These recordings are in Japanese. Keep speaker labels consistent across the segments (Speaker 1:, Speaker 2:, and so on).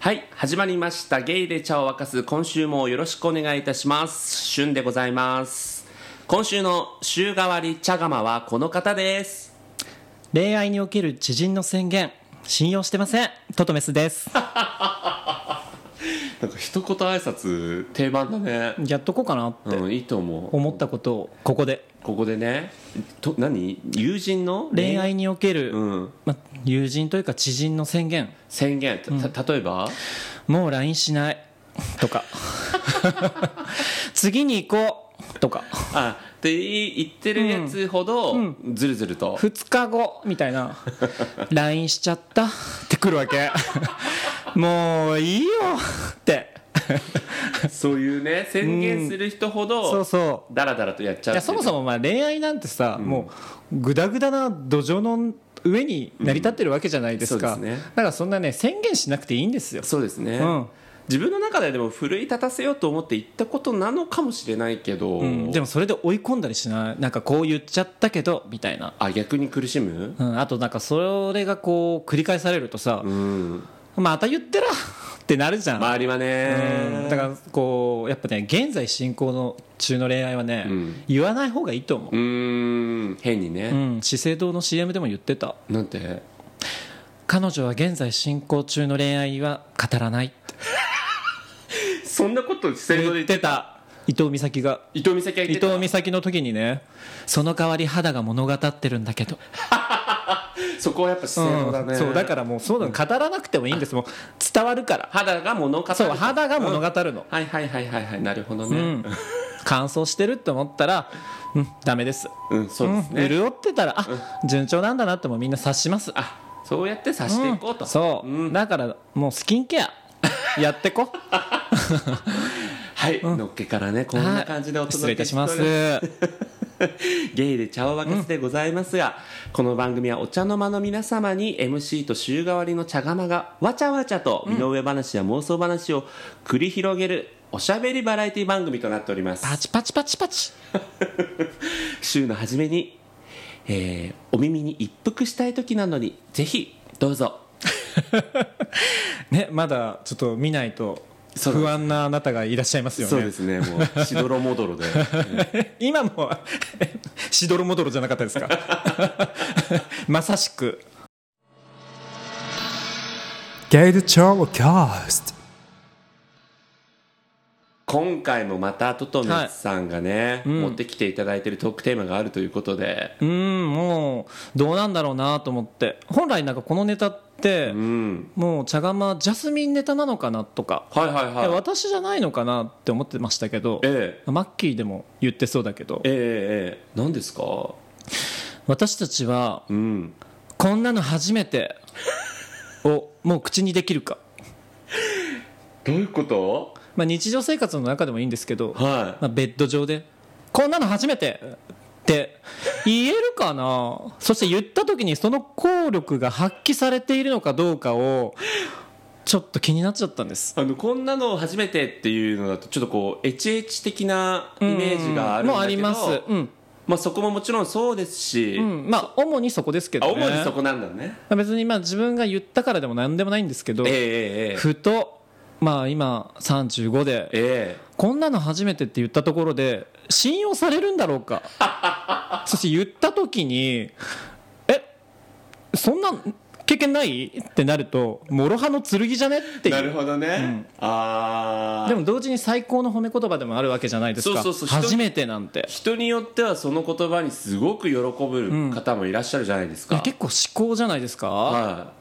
Speaker 1: はい始まりましたゲイで茶を沸かす今週もよろしくお願いいたしますしゅんでございます今週の週替わり茶釜はこの方です
Speaker 2: 恋愛における知人の宣言信用してませんトトメスです
Speaker 1: なんか一言挨拶定番だね
Speaker 2: やっとこうかなって
Speaker 1: うんいいと思う
Speaker 2: 思ったことをここで
Speaker 1: ここでねと何友人の
Speaker 2: 恋愛における、
Speaker 1: うん
Speaker 2: ま、友人というか知人の宣言
Speaker 1: 宣言たた例えば
Speaker 2: もう LINE しないと か次に行こうとか
Speaker 1: あってい言ってるやつほどずるずると
Speaker 2: 2日後みたいな LINE しちゃったってくるわ けもういいよって
Speaker 1: そういうね宣言する人ほ
Speaker 2: そう
Speaker 1: ど
Speaker 2: そう
Speaker 1: ダラダラとやっちゃう
Speaker 2: い
Speaker 1: っていう
Speaker 2: やそもそもまあ恋愛なんてさ、もうぐだぐだな土壌の上に成り立ってるわけじゃないですか、
Speaker 1: うんそうですね
Speaker 2: だからそんなね宣言しなくていいんですよ
Speaker 1: そうですね、
Speaker 2: うん
Speaker 1: 自分の中ででも奮い立たせようと思って行ったことなのかもしれないけど、
Speaker 2: うんでもそれで追い込んだりしないなんかこう言っちゃったけどみたいな、
Speaker 1: あ逆に苦しむ
Speaker 2: うん、あとなんかそれがこう繰り返されるとさ、
Speaker 1: うん
Speaker 2: また言ってらってなるじゃん、
Speaker 1: 周りはね、
Speaker 2: うんだからこうやっぱね現在進行の中の恋愛はね、
Speaker 1: うん
Speaker 2: 言わない方がいいと思う
Speaker 1: う、ーん変に
Speaker 2: う
Speaker 1: ね、
Speaker 2: ん、資生堂の CM でも言ってた
Speaker 1: なんて
Speaker 2: 彼女は現在進行中の恋愛は語らない
Speaker 1: そんなこと資生堂で
Speaker 2: 言
Speaker 1: 言
Speaker 2: っ
Speaker 1: って
Speaker 2: てた伊藤美咲が
Speaker 1: 伊藤美咲が言
Speaker 2: 伊
Speaker 1: ってた
Speaker 2: 藤美咲の時にねその代わり肌が物語ってるんだけど、
Speaker 1: そこはやっぱ資生堂だね、
Speaker 2: うんそうだからもうそういうの語らなくてもいいんですもう伝わるから
Speaker 1: 肌が物語る
Speaker 2: そう肌が物語るの、
Speaker 1: はいはいはいはいはいなるほどね
Speaker 2: うん乾燥してるって思ったらうんダメです、
Speaker 1: うん、そうですね、
Speaker 2: 潤ってたらあ、順調なんだなってもうみんな察します
Speaker 1: あそうやって察していこうと、
Speaker 2: そう、だからもうスキンケアやってこ
Speaker 1: はい、のっけからねこんな感じでお
Speaker 2: はい 失
Speaker 1: 届
Speaker 2: 礼いた
Speaker 1: けし
Speaker 2: して
Speaker 1: おり
Speaker 2: ま
Speaker 1: ます
Speaker 2: す
Speaker 1: ゲイで茶を沸かすでございますが、この番組はお茶の間の皆様に MC と週替わりの茶釜がわちゃわちゃと身の上話や妄想話を繰り広げるおしゃべりバラエティ番組となっております
Speaker 2: パチパチパチパチ
Speaker 1: 週の初めに、えーお耳に一服したい時なのにぜひどうぞ
Speaker 2: ねまだちょっと見ないと
Speaker 1: そうなんで
Speaker 2: 不安なあなたがいらっしゃいますよね
Speaker 1: すねもうしどろもどろで
Speaker 2: 今も しどろもどろじゃなかったですか まさしく
Speaker 3: ゲイルチャーキャスト
Speaker 1: 今回もまたトトメスさんがね、持ってきていただいてるトークテーマがあるということで
Speaker 2: うーんもうどうなんだろうなと思って本来なんかこのネタって、
Speaker 1: うん
Speaker 2: もう茶釜ジャスミンネタなのかなとか、
Speaker 1: はいはいはいい
Speaker 2: や私じゃないのかなって思ってましたけど、
Speaker 1: ええ
Speaker 2: マッキーでも言ってそうだけど
Speaker 1: ええええ何ですか
Speaker 2: 私たちは
Speaker 1: うん
Speaker 2: こんなの初 めてをもう口にできるか、
Speaker 1: どういうこと
Speaker 2: まあ、日常生活の中でもいいんですけど、
Speaker 1: は
Speaker 2: まあ、ベッド上で「こんなの初めて!」って言えるかなそして言った時にその効力が発揮されているのかどうかをちょっと気になっちゃったんです
Speaker 1: いあのこんなの初めてっていうのだとちょっとこうエチエチ的な イメージがあるんだけど、
Speaker 2: もうあります、うん
Speaker 1: まあ、そこももちろんそうですし、
Speaker 2: うん、まあ主にそこですけ
Speaker 1: あ
Speaker 2: どね
Speaker 1: 主にそこなんだね
Speaker 2: まあ別にまあ自分が言ったからでも何でもないんですけど、
Speaker 1: ええええ
Speaker 2: ふとまあ今35で
Speaker 1: ええ
Speaker 2: こんなの初めてって言ったところで信用されるんだろうか そして言った時にえそんな経験ないってなると諸刃の剣じゃねって
Speaker 1: な
Speaker 2: いう
Speaker 1: るほどね、ああ
Speaker 2: でも同時に最高の褒め言葉でもあるわけじゃないですか
Speaker 1: そうそうそう人
Speaker 2: 初めてなんて
Speaker 1: 人によってはその言葉にすごく喜ぶ方もいらっしゃるじゃないです
Speaker 2: い
Speaker 1: か、
Speaker 2: や結構思考じゃないですか、
Speaker 1: は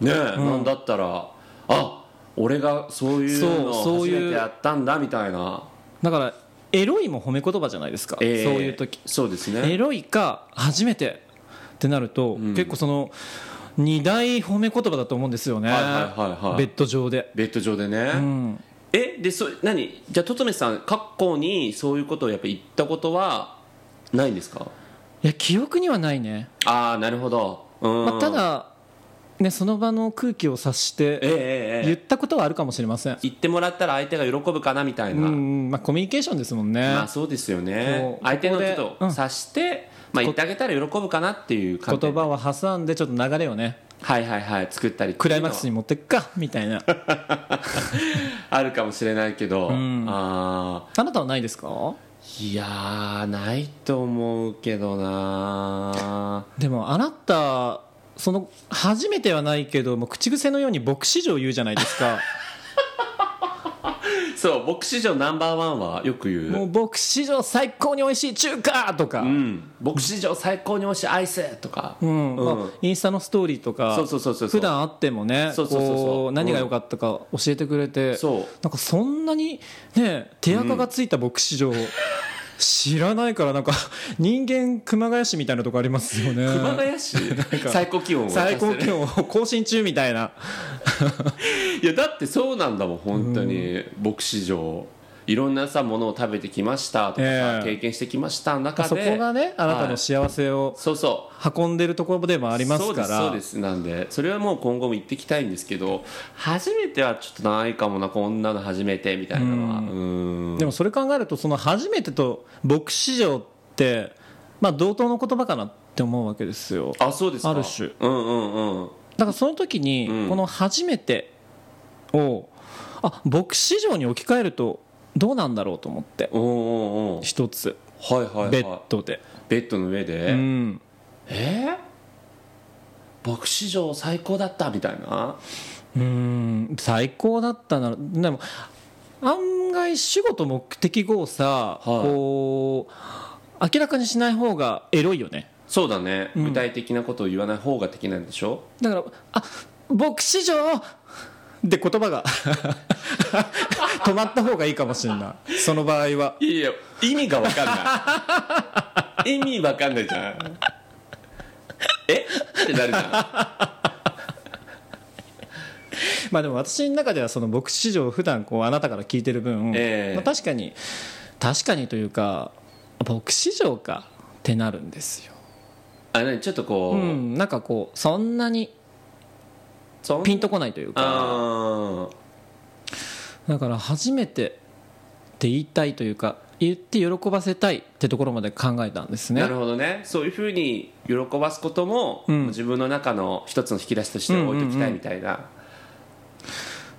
Speaker 1: いねえ、なんだったらあ俺がそういうの
Speaker 2: そう
Speaker 1: を
Speaker 2: そう
Speaker 1: 初
Speaker 2: いう
Speaker 1: めてやったんだみたいな
Speaker 2: だからエロいも褒め言葉じゃないですか、
Speaker 1: ええ
Speaker 2: そういう時
Speaker 1: そうですね
Speaker 2: エロいか初めてってなると、結構その二大褒め言葉だと思うんですよね、
Speaker 1: はいはいはいはい
Speaker 2: ベッド上で、
Speaker 1: ベッド上でね、
Speaker 2: うん、
Speaker 1: えでそ何じゃあととめさん過去にそういうことをやっぱ言ったことはないんですか
Speaker 2: いや記憶にはないね、
Speaker 1: ああなるほど、うん
Speaker 2: まあ、ただ、ね、その場の空気を察し
Speaker 1: ええ
Speaker 2: て
Speaker 1: えええ
Speaker 2: 言っ
Speaker 1: え
Speaker 2: たことはあるかもしれません、
Speaker 1: 言ってもらったら相手が喜ぶかなみたいな、
Speaker 2: うんまあ、コミュニケーションですもんね、
Speaker 1: まあそうですよね
Speaker 2: そう
Speaker 1: 相手の
Speaker 2: こ
Speaker 1: ち
Speaker 2: こ
Speaker 1: ょっ
Speaker 2: で
Speaker 1: と察して、まあ、言ってあげたら喜ぶかなっていう感じ
Speaker 2: 言葉を挟んでちょっと流れをね
Speaker 1: はいはいはい作ったり
Speaker 2: クライマックスに持ってく かみたいな
Speaker 1: あるかもしれないけど、
Speaker 2: ん
Speaker 1: あ
Speaker 2: あなたはないですか
Speaker 1: ーいやーないと思うけどな
Speaker 2: でもあなたその初めてはないけどもう口癖のように牧師嬢言うじゃないです か
Speaker 1: ーそう僕史上ナンバーワンはよく言
Speaker 2: もう
Speaker 1: う
Speaker 2: 牧師嬢最高に美味しい中華とか、う
Speaker 1: うんん僕史上最高に美味しいアイスとかうん
Speaker 2: あインスタのストーリーとか
Speaker 1: そうそうそうそう
Speaker 2: 普段会ってもね
Speaker 1: そうそうそうそう
Speaker 2: こ
Speaker 1: うん
Speaker 2: 何が良かったか教えてくれて、
Speaker 1: そう
Speaker 2: なんかそんなにね手垢がついた牧師嬢、知らないからなん か人間熊谷市みたいなとこありますよね
Speaker 1: 熊谷 市
Speaker 2: か
Speaker 1: 最高気温を
Speaker 2: 最 高気温を更新中みたいない
Speaker 1: やだってそうなんだもん本当に牧師場いろんなさものを食べてきましたとかさ、
Speaker 2: ええ
Speaker 1: 経験してきましたの中で
Speaker 2: そこがねあなた
Speaker 1: は
Speaker 2: の
Speaker 1: い
Speaker 2: 幸せを
Speaker 1: そうそう
Speaker 2: 運んでるところでもありますか
Speaker 1: そう
Speaker 2: ら
Speaker 1: ですそうですなんでそれはもう今後も行ってきたいんですけど初めてはちょっとないかもなこんなの初めてみたいなのはうーん
Speaker 2: でもそれ考えるとその初めてと牧師嬢ってまあ同等の言葉かなって思うわけですよ
Speaker 1: あそうですか
Speaker 2: ある種
Speaker 1: うんうんうん
Speaker 2: だからその時に
Speaker 1: うん
Speaker 2: この「初めてを」あ牧師嬢に置き換えるとどうなんだろうと思って
Speaker 1: おんおんおん
Speaker 2: 一つ
Speaker 1: はいはいはい
Speaker 2: ベッドで、
Speaker 1: ベッドの上で、
Speaker 2: うん
Speaker 1: えー、牧師場最高だったみたいな
Speaker 2: うん最高だったなでも案外主語と目的語をさ、
Speaker 1: い
Speaker 2: こう明らかにしない方がエロいよね
Speaker 1: そうだね、
Speaker 2: ん
Speaker 1: 具体的なことを言わない方が的なんでしょ
Speaker 2: だから「あ牧師嬢!」って言葉が 止まった方がいいかもしれないその場合はい
Speaker 1: やいや意味が分かんない 意味分かんないじゃんえってなるじゃ
Speaker 2: まあでも私の中ではその牧師嬢を普段こうあなたから聞いてる分、
Speaker 1: ええ
Speaker 2: まあ、確かに確かにというか牧師嬢かってなるんですよ、
Speaker 1: んあなにちょっとこ
Speaker 2: う
Speaker 1: う、
Speaker 2: ん、なんかこうそんなに
Speaker 1: そん
Speaker 2: ピンとこないというか
Speaker 1: あ
Speaker 2: だから初めてって言いたいというか言って喜ばせたいってところまで考えたんです
Speaker 1: ー
Speaker 2: ね
Speaker 1: なるほどねそういうふうに喜ばすことも、
Speaker 2: うん
Speaker 1: 自分の中の一つの引き出しとして置いときたいみたいな、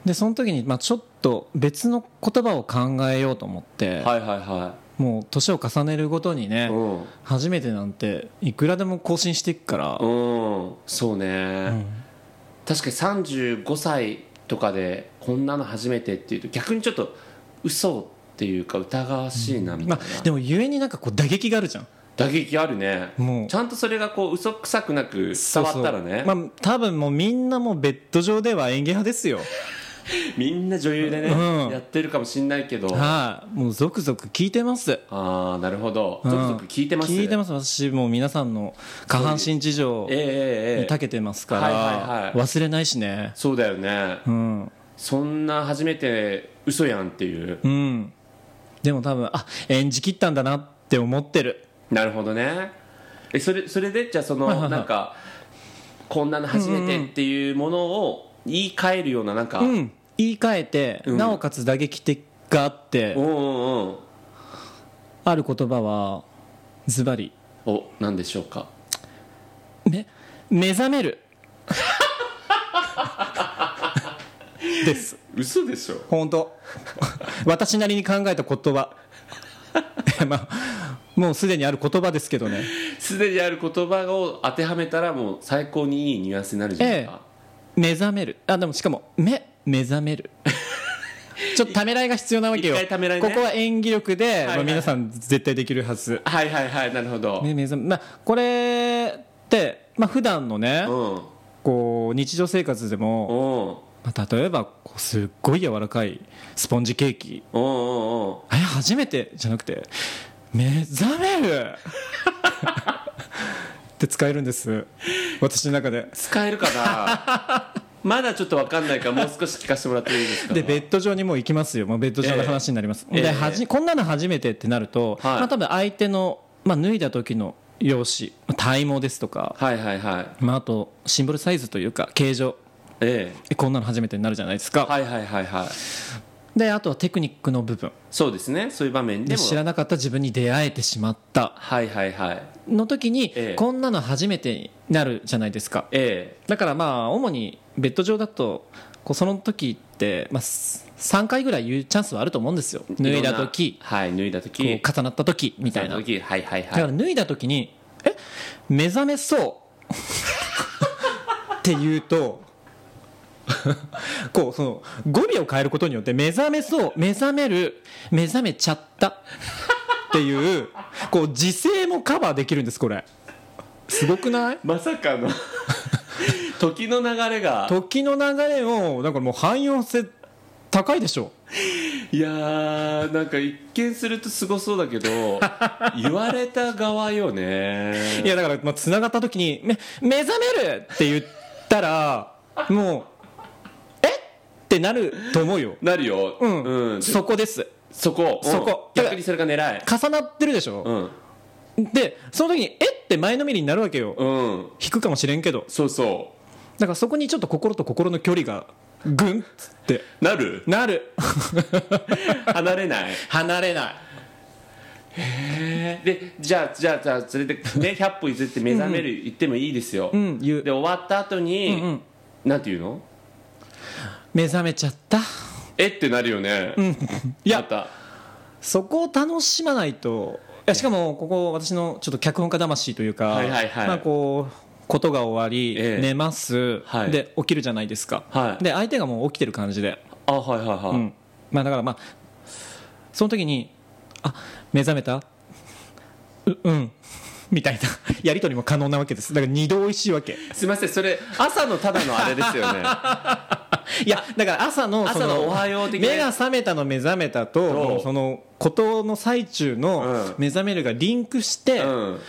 Speaker 2: でその時にまあちょっと別の言葉を考えようと思って、
Speaker 1: はいはいは
Speaker 2: もう年を重ねるごとにね
Speaker 1: い、うん
Speaker 2: 初めてなんていくらでも更新していくから、
Speaker 1: うんそうね、確かに35歳とかでこんなの初めてっていうと逆にちょっと嘘っていうか疑わしいなみたい
Speaker 2: ま
Speaker 1: な、
Speaker 2: あ、でもゆえになんかこう打撃があるじゃん
Speaker 1: 打撃あるね
Speaker 2: もう
Speaker 1: ちゃんとそれがこう嘘くさくなく伝わったらね
Speaker 2: そうそうまあ、多分もうみんなもうベッド上では演芸派ですよ
Speaker 1: みんな女優でね、
Speaker 2: うん
Speaker 1: やってるかもしんないけどあ
Speaker 2: はいもうゾクゾク聞いてます
Speaker 1: あなるほど
Speaker 2: うん
Speaker 1: 続々聞いてます
Speaker 2: 聞いてます私もう皆さんの下半身事情
Speaker 1: えええええ
Speaker 2: に
Speaker 1: え
Speaker 2: 長けてますか
Speaker 1: はいはいは
Speaker 2: ら
Speaker 1: い
Speaker 2: 忘れないしね
Speaker 1: そうだよね
Speaker 2: うん
Speaker 1: そんな初めて嘘やんっていう
Speaker 2: うんでも多分あ演じきったんだなって思ってる
Speaker 1: なるほどねえそれそれでじゃあその、
Speaker 2: はいはいはい
Speaker 1: なんかこんなの初めてっていうものを言い換えるようななんか、
Speaker 2: うん言い換えて、
Speaker 1: うん
Speaker 2: なおかつ打撃的があって
Speaker 1: おうんうん
Speaker 2: ある言葉はズバリ
Speaker 1: おなんでしょうか
Speaker 2: め目覚 めるです
Speaker 1: 嘘でしょ
Speaker 2: 本当私なりに考えた言 葉まあもうすでにある言葉ですけどね
Speaker 1: すでにある言葉を当てはめたらもう最高にいいニュアンスになるじゃないですか、
Speaker 2: 目覚めるあでもしかも目目覚 めるちょっとためらいが必要なわけよ
Speaker 1: 一回ためらいね
Speaker 2: ここは演技力
Speaker 1: は
Speaker 2: で、
Speaker 1: い
Speaker 2: まあ、皆さん絶対できるはず、
Speaker 1: はいはいはいなるほど、
Speaker 2: ね目覚めまあ、これって、まあ普段のね、
Speaker 1: うん
Speaker 2: こう日常生活でも、
Speaker 1: うん
Speaker 2: まあ、例えばこうすっごい柔らかいスポンジケーキ
Speaker 1: うんうんうん
Speaker 2: え初めてじゃなくて目覚めるって使えるんです私の中で
Speaker 1: 使えるかな まだちょっと分かんないからもう少し聞かせてもらっていいですか
Speaker 2: でベッド上にもう行きますよもうベッド上の話になります、
Speaker 1: ええ
Speaker 2: ではじこんなの初めてってなると、
Speaker 1: はい
Speaker 2: まあ、多分相手の、まあ、脱いだ時の容姿まあ体毛ですとか、
Speaker 1: はいはいはい
Speaker 2: まあ、あとシンボルサイズというか形状
Speaker 1: ええ
Speaker 2: えこんなの初めてになるじゃないですか、
Speaker 1: はいはいはいはい
Speaker 2: であとはテクニックの部分
Speaker 1: そうですねそういう場面で
Speaker 2: で
Speaker 1: も
Speaker 2: 知らなかった自分に出会えてしまった
Speaker 1: はいはいはい
Speaker 2: の時に、
Speaker 1: ええ
Speaker 2: こんなの初めてになるじゃないですか
Speaker 1: え
Speaker 2: だからまあ主にベッド上だとこうその時って、まあ、す3回ぐらい言うチャンスはあると思うんですよ
Speaker 1: え
Speaker 2: 脱いだ時
Speaker 1: ろんなはい脱いだ
Speaker 2: こう
Speaker 1: 時
Speaker 2: 重なった時みたいな
Speaker 1: 脱
Speaker 2: だ
Speaker 1: いだ時はいはい
Speaker 2: か
Speaker 1: は
Speaker 2: ら
Speaker 1: い
Speaker 2: 脱いだ時に「え目覚めそう」 って言うと こうその語尾を変えることによって「目覚めそう」「目覚める」「目覚めちゃった」っていうこう時勢もカバーできるんですこれすごくない
Speaker 1: まさかの時の流れが
Speaker 2: 時の流れをだからもう汎用性高いでしょ
Speaker 1: いやーなんか一見するとすごそうだけ ど言われた側よね
Speaker 2: いやだからまあ繋がった時に「め目覚める!」って言ったらもう「えっ!」てなると思うよ
Speaker 1: なるよ
Speaker 2: うん、
Speaker 1: うん、そ
Speaker 2: そこです
Speaker 1: こ
Speaker 2: そこ
Speaker 1: うん逆にそれが狙い
Speaker 2: 重なってるでしょ、
Speaker 1: うん
Speaker 2: でその時に「えっ!」て前のめりになるわけよ、
Speaker 1: うん
Speaker 2: 引くかもしれんけど
Speaker 1: そうそ
Speaker 2: だからそこにちょっと心と心の距離がグンっつって
Speaker 1: うなる
Speaker 2: なる
Speaker 1: 離れない
Speaker 2: 離れない
Speaker 1: でじゃあじゃあじゃあ連れてね100歩譲って目覚める行ってもいいですよ、
Speaker 2: うん言う
Speaker 1: で終わった後に、
Speaker 2: うんうん
Speaker 1: なんて言うの
Speaker 2: 目覚めちゃった
Speaker 1: えってなるよね、
Speaker 2: いや
Speaker 1: また
Speaker 2: そこを楽しまないといやしかもここ私のちょっと脚本家魂というか、
Speaker 1: はいはいはい
Speaker 2: まあこうことが終わり、
Speaker 1: ええ
Speaker 2: 寝ます、
Speaker 1: はい
Speaker 2: で起きるじゃないですか、
Speaker 1: はい
Speaker 2: で相手がもう起きてる感じで、
Speaker 1: あはいはいはい、
Speaker 2: うんまあ、だからまあその時に「あ目覚めたううん」 みたいなやり取りも可能なわけですだから二度おいしいわけ
Speaker 1: すいませんそれ朝のただのあれです よね
Speaker 2: いやだから朝のそ
Speaker 1: 朝のおはよう的な
Speaker 2: 目が覚めたの目覚め
Speaker 1: そ
Speaker 2: たと
Speaker 1: う
Speaker 2: そのことの最中
Speaker 1: うん
Speaker 2: の目覚めるがリンクして、
Speaker 1: うん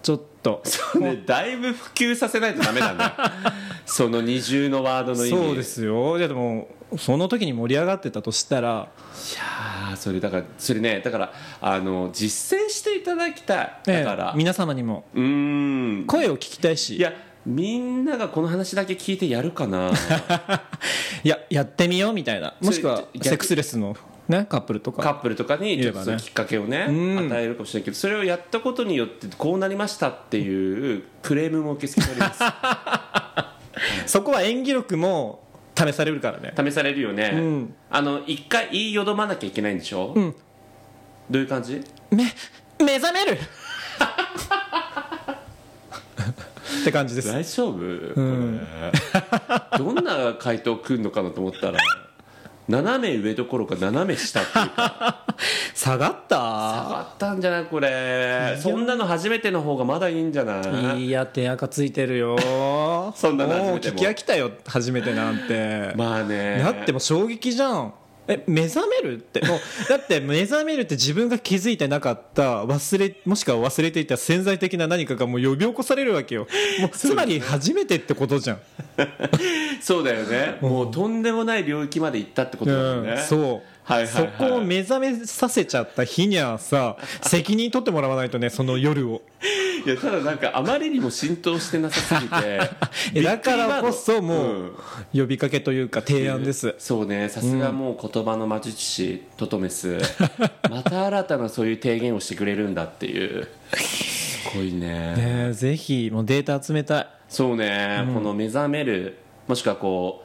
Speaker 2: ちょっと
Speaker 1: そうねだいぶ普及させないとダメだね その二重のワードの意味
Speaker 2: そうですよいやでもその時に盛り上がってたとしたら
Speaker 1: いやーそれだからそれねだからあの実践していただきたい
Speaker 2: ええ
Speaker 1: だから、
Speaker 2: 皆様にも
Speaker 1: うーん
Speaker 2: 声を聞きたいし
Speaker 1: いやみんながこの話だけ聞いてやるかな
Speaker 2: いややってみようみたいなもしく
Speaker 1: そ
Speaker 2: は
Speaker 1: れ逆
Speaker 2: セックスレスの、ね、カップルと
Speaker 1: カ
Speaker 2: か
Speaker 1: ップルとかにちょっとそのきっかけをね
Speaker 2: うん
Speaker 1: 与えるかもしれないけどそれをやったことによってこうなりましたっていうクレームも受け付けております
Speaker 2: そこは演技力も試されるからね
Speaker 1: 試されるよね、
Speaker 2: うん
Speaker 1: あの一回言いよどまなきゃいけないんでしょ、
Speaker 2: ん
Speaker 1: どういう感じ
Speaker 2: め目覚めるって感じです
Speaker 1: 大丈夫、これどんな回答来るのかなと思ったら斜め上どころか斜め下 っていうか
Speaker 2: 下がった
Speaker 1: あったんじゃないこれそんなの初めての方がまだいいんじゃない
Speaker 2: いや手垢ついて るよ
Speaker 1: そんなの初
Speaker 2: もう
Speaker 1: めて
Speaker 2: 聞
Speaker 1: も
Speaker 2: き飽きたよ初めてなんて
Speaker 1: まあね
Speaker 2: だってもう衝撃じゃんえ目覚めるってもうだって目覚めるって自分が気づいてなかった忘れもしくは忘れていた潜在的な何かがもう呼び起こされるわけよも うつまり初めてってことじゃん
Speaker 1: そうだよねもうとんでもない領域まで行ったってことだよね、
Speaker 2: うんそう、
Speaker 1: はいはいはい
Speaker 2: そこを目覚めさせちゃった日にはさ 責任取ってもらわないとねその夜を
Speaker 1: いやただなんかあまりにも浸透してなさすぎて
Speaker 2: えだからこそも
Speaker 1: うん
Speaker 2: う呼びかけというか提案です、
Speaker 1: そうねさすがもう言葉の魔術師トトメ スまた新たなそういう提言をしてくれるんだっていうすごいね
Speaker 2: ねえぜひもうデータ集めたい
Speaker 1: そうね、この目覚めるもしくはこう、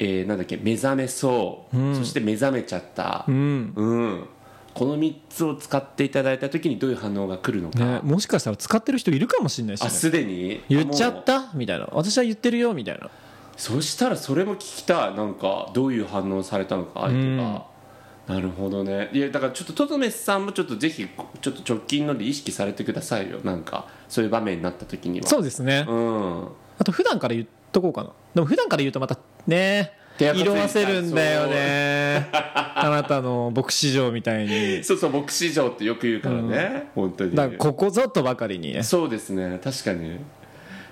Speaker 1: えーなんだっけ目覚めそう、そして目覚めちゃった、
Speaker 2: うん、
Speaker 1: うんこの3つを使っていただいた時にどういう反応が来るのか、
Speaker 2: ね、もしかしたら使ってる人いるかもしれないし、ね
Speaker 1: あ、すでに
Speaker 2: 言っちゃっ
Speaker 1: あも
Speaker 2: たみたいな私は言ってるよみたいな
Speaker 1: うそしたらそれも聞きたいなんかどういう反応されたのか相手が、なるほどねいやだからちょっとトトメスさんもちょっとぜひちょっと直近ので意識されてくださいよなんかそういう場面になった時には
Speaker 2: そうですね、
Speaker 1: うん
Speaker 2: あと普段から言っとこうかなでも普段から言うとまたね
Speaker 1: 手垢つい
Speaker 2: 色あせるんだよねあなたの牧師場みた いに
Speaker 1: そうそう牧師場ってよく言うからね、本当に
Speaker 2: だからここぞとばかりにね
Speaker 1: そうですね確かに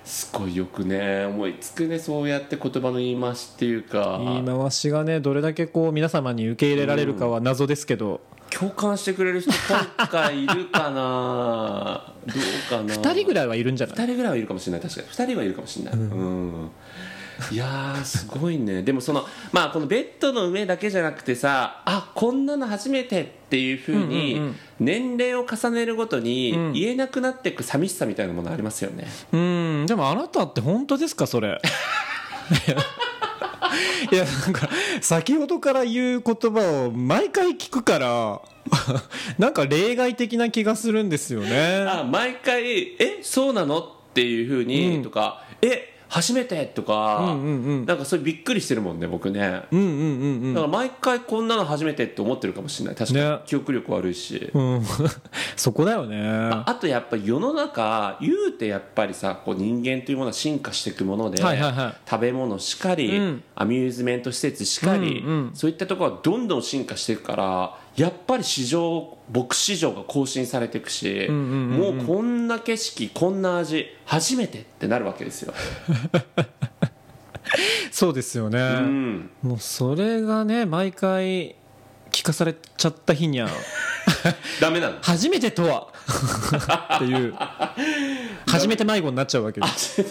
Speaker 1: すごいよくね思いつくねそうやって言葉の言い回しっていうか
Speaker 2: 言い回しがねどれだけこう皆様に受け入れられるかは謎ですけど、
Speaker 1: 共感してくれる人今回いるか などうかな
Speaker 2: 2人ぐらいはいるんじゃない
Speaker 1: 2人ぐらいはいるかもしれない確かに2人はいるかもしれない、うんいやーすごいねでもそのまあこのベッドの上だけじゃなくてさあこんなの初めてっていうふう
Speaker 2: うんうんう
Speaker 1: に
Speaker 2: ん
Speaker 1: 年齢を重ねるごと
Speaker 2: うん
Speaker 1: に言えなくなっていく寂しさみたいなものありますよね、
Speaker 2: うんでもあなたって本当ですかそれいやなんか先ほどから言う言葉を毎回聞くからなんか例外的な気がするんですよね
Speaker 1: あ毎回「えそうなの?」っていうふうに、
Speaker 2: うん
Speaker 1: とか「え初めて?」とか、
Speaker 2: うんうんうん
Speaker 1: なんかそれびっくりしてるもんね僕ね、
Speaker 2: うんうんうんうん
Speaker 1: だから毎回こんなの初めてって思ってるかもしれない確かに
Speaker 2: ね
Speaker 1: 記憶力悪いし、
Speaker 2: うん、そこだよね。
Speaker 1: ああとやっぱり世の中言うてやっぱりさこう人間というものは進化していくもので、
Speaker 2: はいはいはい
Speaker 1: 食べ物しかり、
Speaker 2: うん
Speaker 1: アミューズメント施設しかり、
Speaker 2: うんうん
Speaker 1: そういったところはどんどん進化していくからやっぱり市場牧市場が更新されていくし、
Speaker 2: んうん
Speaker 1: もうこんな景色こんな味初めてってなるわけですよ。
Speaker 2: そうですよね。
Speaker 1: うん
Speaker 2: もうそれがね、毎回聞かされちゃった日にゃ、
Speaker 1: ダメなの
Speaker 2: 初めてとは っていう、初めて迷子になっちゃうわけです。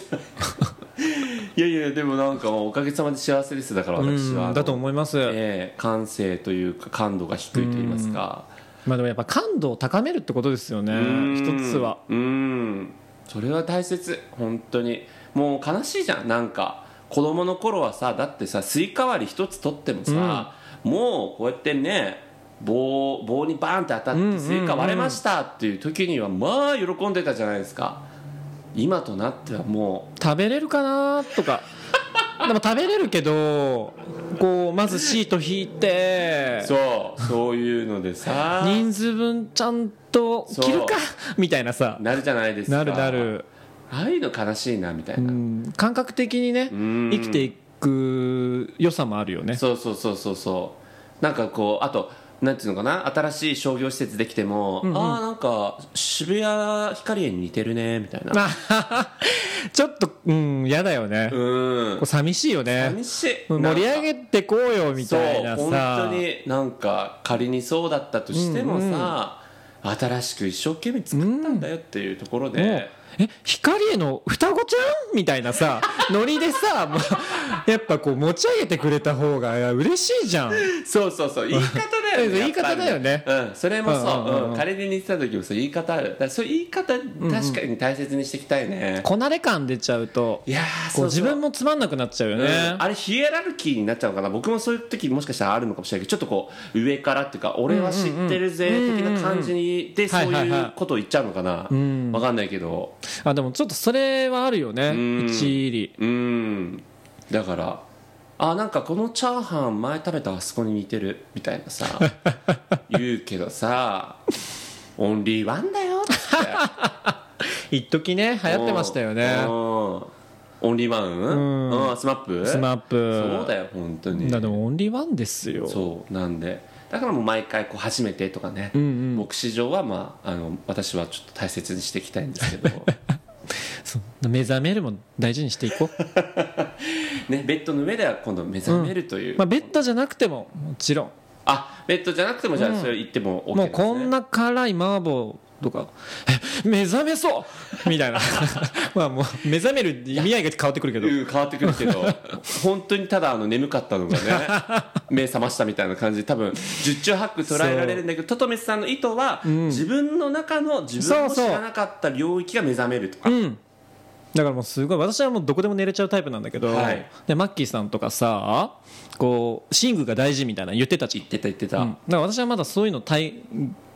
Speaker 1: いやいやでもなんかおかげさまで幸せですだから私
Speaker 2: う
Speaker 1: は
Speaker 2: んだと思います。
Speaker 1: ええ感性というか感度が低いと言いますか
Speaker 2: まあでもやっぱ感度を高めるってことですよね
Speaker 1: うん、
Speaker 2: 一つは。
Speaker 1: うんそれは大切本当にもう悲しいじゃんなんか子供の頃はさだってさスイカ割り一つ取ってもさ、もうこうやってね棒棒にバーンって当たってスイカ割れましたっていう時にはまあ喜んでたじゃないですか今となってはも
Speaker 2: 食べれるかな とか。でも食べれるけど、こう、まずシート引いうて、
Speaker 1: そうそういうのでさ
Speaker 2: 人数分ちゃんと切るかみたいなさ
Speaker 1: なるじゃないですか
Speaker 2: なるなる、
Speaker 1: ああいうの悲しいなみたいうな、
Speaker 2: ん、感覚的にね
Speaker 1: ん
Speaker 2: 生きていく良さもあるよね
Speaker 1: そうそうそうそうそうなんかこうあとなんていうのかな新しい商業施設できても、ああなんか渋谷ヒカリエに似てるねみたいな
Speaker 2: あはは ちょっとうん嫌だよね
Speaker 1: う
Speaker 2: こ
Speaker 1: ん
Speaker 2: う寂しいよね
Speaker 1: 寂しい
Speaker 2: 盛り上げてこうよみたい
Speaker 1: な
Speaker 2: なん
Speaker 1: かそう
Speaker 2: さ
Speaker 1: 本当になんか仮にそうだったとしてもさ、新しく一生懸命作ったんだよっていうところで、
Speaker 2: もうえ光への双子ちゃんみたいなさ ノリでさもうやっぱこう持ち上げてくれた方が嬉しいじゃん
Speaker 1: そうそうそう言い方だよね
Speaker 2: 言い方だよね
Speaker 1: やっぱりうんそれもそう,、
Speaker 2: うん
Speaker 1: う
Speaker 2: うんんうんうん
Speaker 1: 仮に似てた時もそう言い方あるだからそういう言い方確かに大切にしていきたいね、
Speaker 2: こなれ感出ちゃうと
Speaker 1: いやー
Speaker 2: こ
Speaker 1: そうう
Speaker 2: 自分もつまんなくなっちゃうよ
Speaker 1: ね、
Speaker 2: ね
Speaker 1: あれヒエラルキーになっちゃうのかな僕もそういう時もしかしたらあるのかもしれないけどちょっとこう上からっていうか俺は知ってるぜ的な感じでそう
Speaker 2: はいはい
Speaker 1: い
Speaker 2: はいう
Speaker 1: ことを言っちゃうのかな
Speaker 2: うん
Speaker 1: わかんないけど
Speaker 2: あでもちょっとそれはあるよね
Speaker 1: ん
Speaker 2: 一理
Speaker 1: うんだからあなんかこのチャーハン前食べたあそこに似てるみたいな さ言うけどさオンリーワンだよって
Speaker 2: 一時ね流行ってましたよね
Speaker 1: うんオンリーワン
Speaker 2: ん
Speaker 1: うんスマップ
Speaker 2: スマップ
Speaker 1: そうだよ本当に
Speaker 2: だってオンリーワンですよ
Speaker 1: そうなんでだからもう毎回こう初めてとかね、
Speaker 2: んうん
Speaker 1: 牧師場は、まあ、あの私はちょっと大切にしていきたいんですけど、
Speaker 2: そう目覚めるも大事にしていこ う、
Speaker 1: ね、ベッドの上では今度目覚めるという、
Speaker 2: まあ、ベッドじゃなくてももちろん
Speaker 1: あベッドじゃなくてもじゃあそれ言っても OK
Speaker 2: も
Speaker 1: なん
Speaker 2: う
Speaker 1: です、ね
Speaker 2: こんな辛い麻婆とかえ目覚めそうみたいな まあもう目覚める意味合いが変わってくるけど
Speaker 1: うん変わってくるけ ど本当にただあの眠かったのがね目覚ましたみたいな感じで多分十中八九捉えられるんだけどトトメスさんの意図は、自分の中の自分も知らなかった領域が目覚めるとか
Speaker 2: うんだからもうすごい私はもうどこでも寝れちゃうタイプなんだけど、
Speaker 1: はい
Speaker 2: でマッキーさんとかさこう寝具が大事みたいなの言ってたじゃん
Speaker 1: 言ってた言ってた、
Speaker 2: うんだから私はまだそういうの体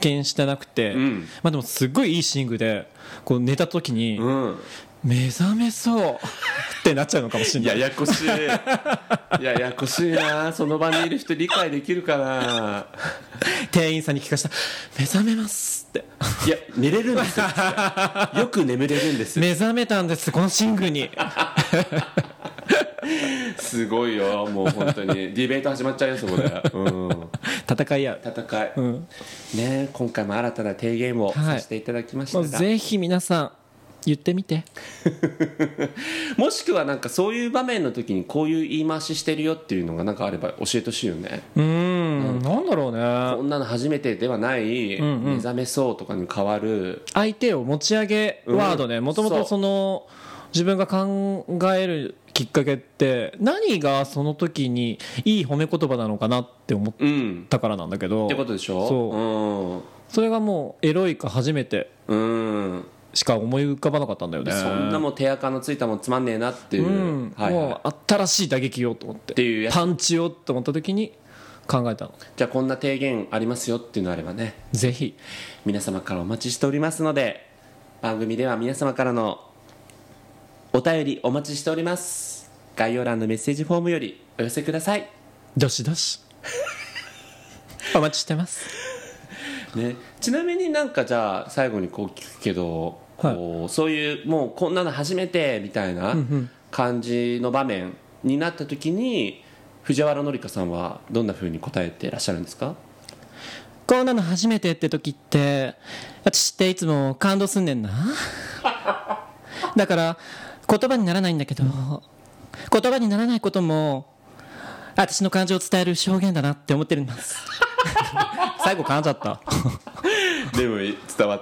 Speaker 2: 験してなくて、
Speaker 1: ん
Speaker 2: まあ、でもすごいいい寝具でこう寝た時に
Speaker 1: うん
Speaker 2: 目覚めそうってなっちゃうのかもしれ
Speaker 1: い
Speaker 2: な
Speaker 1: や
Speaker 2: い
Speaker 1: ややこ しいいやややこしいなその場にいる人理解できるかな
Speaker 2: 店員さんに聞かした「目覚めます」 って
Speaker 1: いや寝れるん ですよよく眠れるんで
Speaker 2: 「
Speaker 1: す
Speaker 2: 目覚めたんですこの寝具に」
Speaker 1: すごいよもう本 当にディベート始まっちゃうよそこで、うん、
Speaker 2: 戦い合う、
Speaker 1: 戦い、
Speaker 2: うん
Speaker 1: ね今回も新たな提言を
Speaker 2: はい
Speaker 1: させていただきました
Speaker 2: ま
Speaker 1: が、
Speaker 2: あ、ぜひ皆さん言ってみて
Speaker 1: もしくはなんかそういう場面の時にこういう言い回ししてるよっていうのがなんかあれば教えてほしいよね
Speaker 2: うんなんだろうね
Speaker 1: こんなの初めてではない目覚めそうとかに変わる
Speaker 2: 相手を持ち上げワードね
Speaker 1: うん
Speaker 2: もとも
Speaker 1: そ
Speaker 2: と
Speaker 1: う
Speaker 2: その自分が考えるきっかけって何がその時にいい褒め言葉なのかなって思っ
Speaker 1: うん
Speaker 2: たからなんだけど
Speaker 1: ってことでし
Speaker 2: そう
Speaker 1: ょ
Speaker 2: それがもうエロいか初めて
Speaker 1: そううんうん
Speaker 2: しか思い浮かばなかったんだよね
Speaker 1: そんなもう手垢のついたもんつまんねえなっていう、
Speaker 2: うん
Speaker 1: はいはい
Speaker 2: もう新しい打撃をと思って
Speaker 1: っていうやつ
Speaker 2: パンチをと思った時に考えたの
Speaker 1: じゃあこんな提言ありますよっていうのあればね
Speaker 2: ぜひ
Speaker 1: 皆様からお待ちしておりますので番組では皆様からのお便りお待ちしております概要欄のメッセージフォームよりお寄せください
Speaker 2: どしど しお待ちしてます
Speaker 1: ね、ちなみになんかじゃあ最後にこう聞くけど、
Speaker 2: はい
Speaker 1: こうそういうもうこんなの初めてみたいな感じの場面になった時に藤原紀香さんはどんなふうに答えてらっしゃるんですか
Speaker 2: こんなの初めてって時って私っていつも感動すんね んなだから言葉にならないんだけど言葉にならないことも私の感情を伝える証言だなって思ってるんです 最後噛んじゃった
Speaker 1: でも伝わっ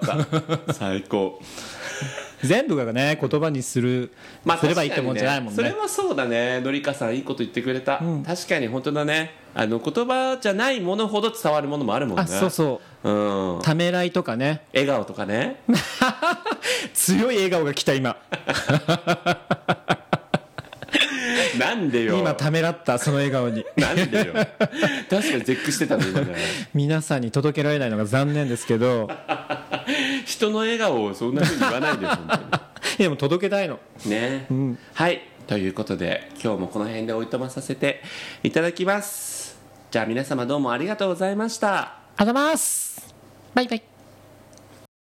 Speaker 1: た 最高
Speaker 2: 全部がね言葉にする、
Speaker 1: まあ
Speaker 2: すればいいってもんじゃないもん
Speaker 1: 確かに
Speaker 2: ね
Speaker 1: それはそうだね紀香さんいいこと言ってくれた、確かに本当だねあの言葉じゃないものほど伝わるものもあるもんね、
Speaker 2: あそうそう
Speaker 1: うん、
Speaker 2: ためらいとかね
Speaker 1: 笑顔とかね
Speaker 2: 強い笑顔が来た今
Speaker 1: なんでよ
Speaker 2: 今ためらったその笑顔に
Speaker 1: なん でよ確かに絶句してたの今ね
Speaker 2: 皆さんに届けられないのが残念ですけど
Speaker 1: 人の笑顔をそんなふうに言わないでよ本
Speaker 2: でも届けたいの
Speaker 1: 当にね、はいということで今日もこの辺でおいとまさせていただきますじゃあ皆様どうもありがとうございました
Speaker 2: あざますバイバイ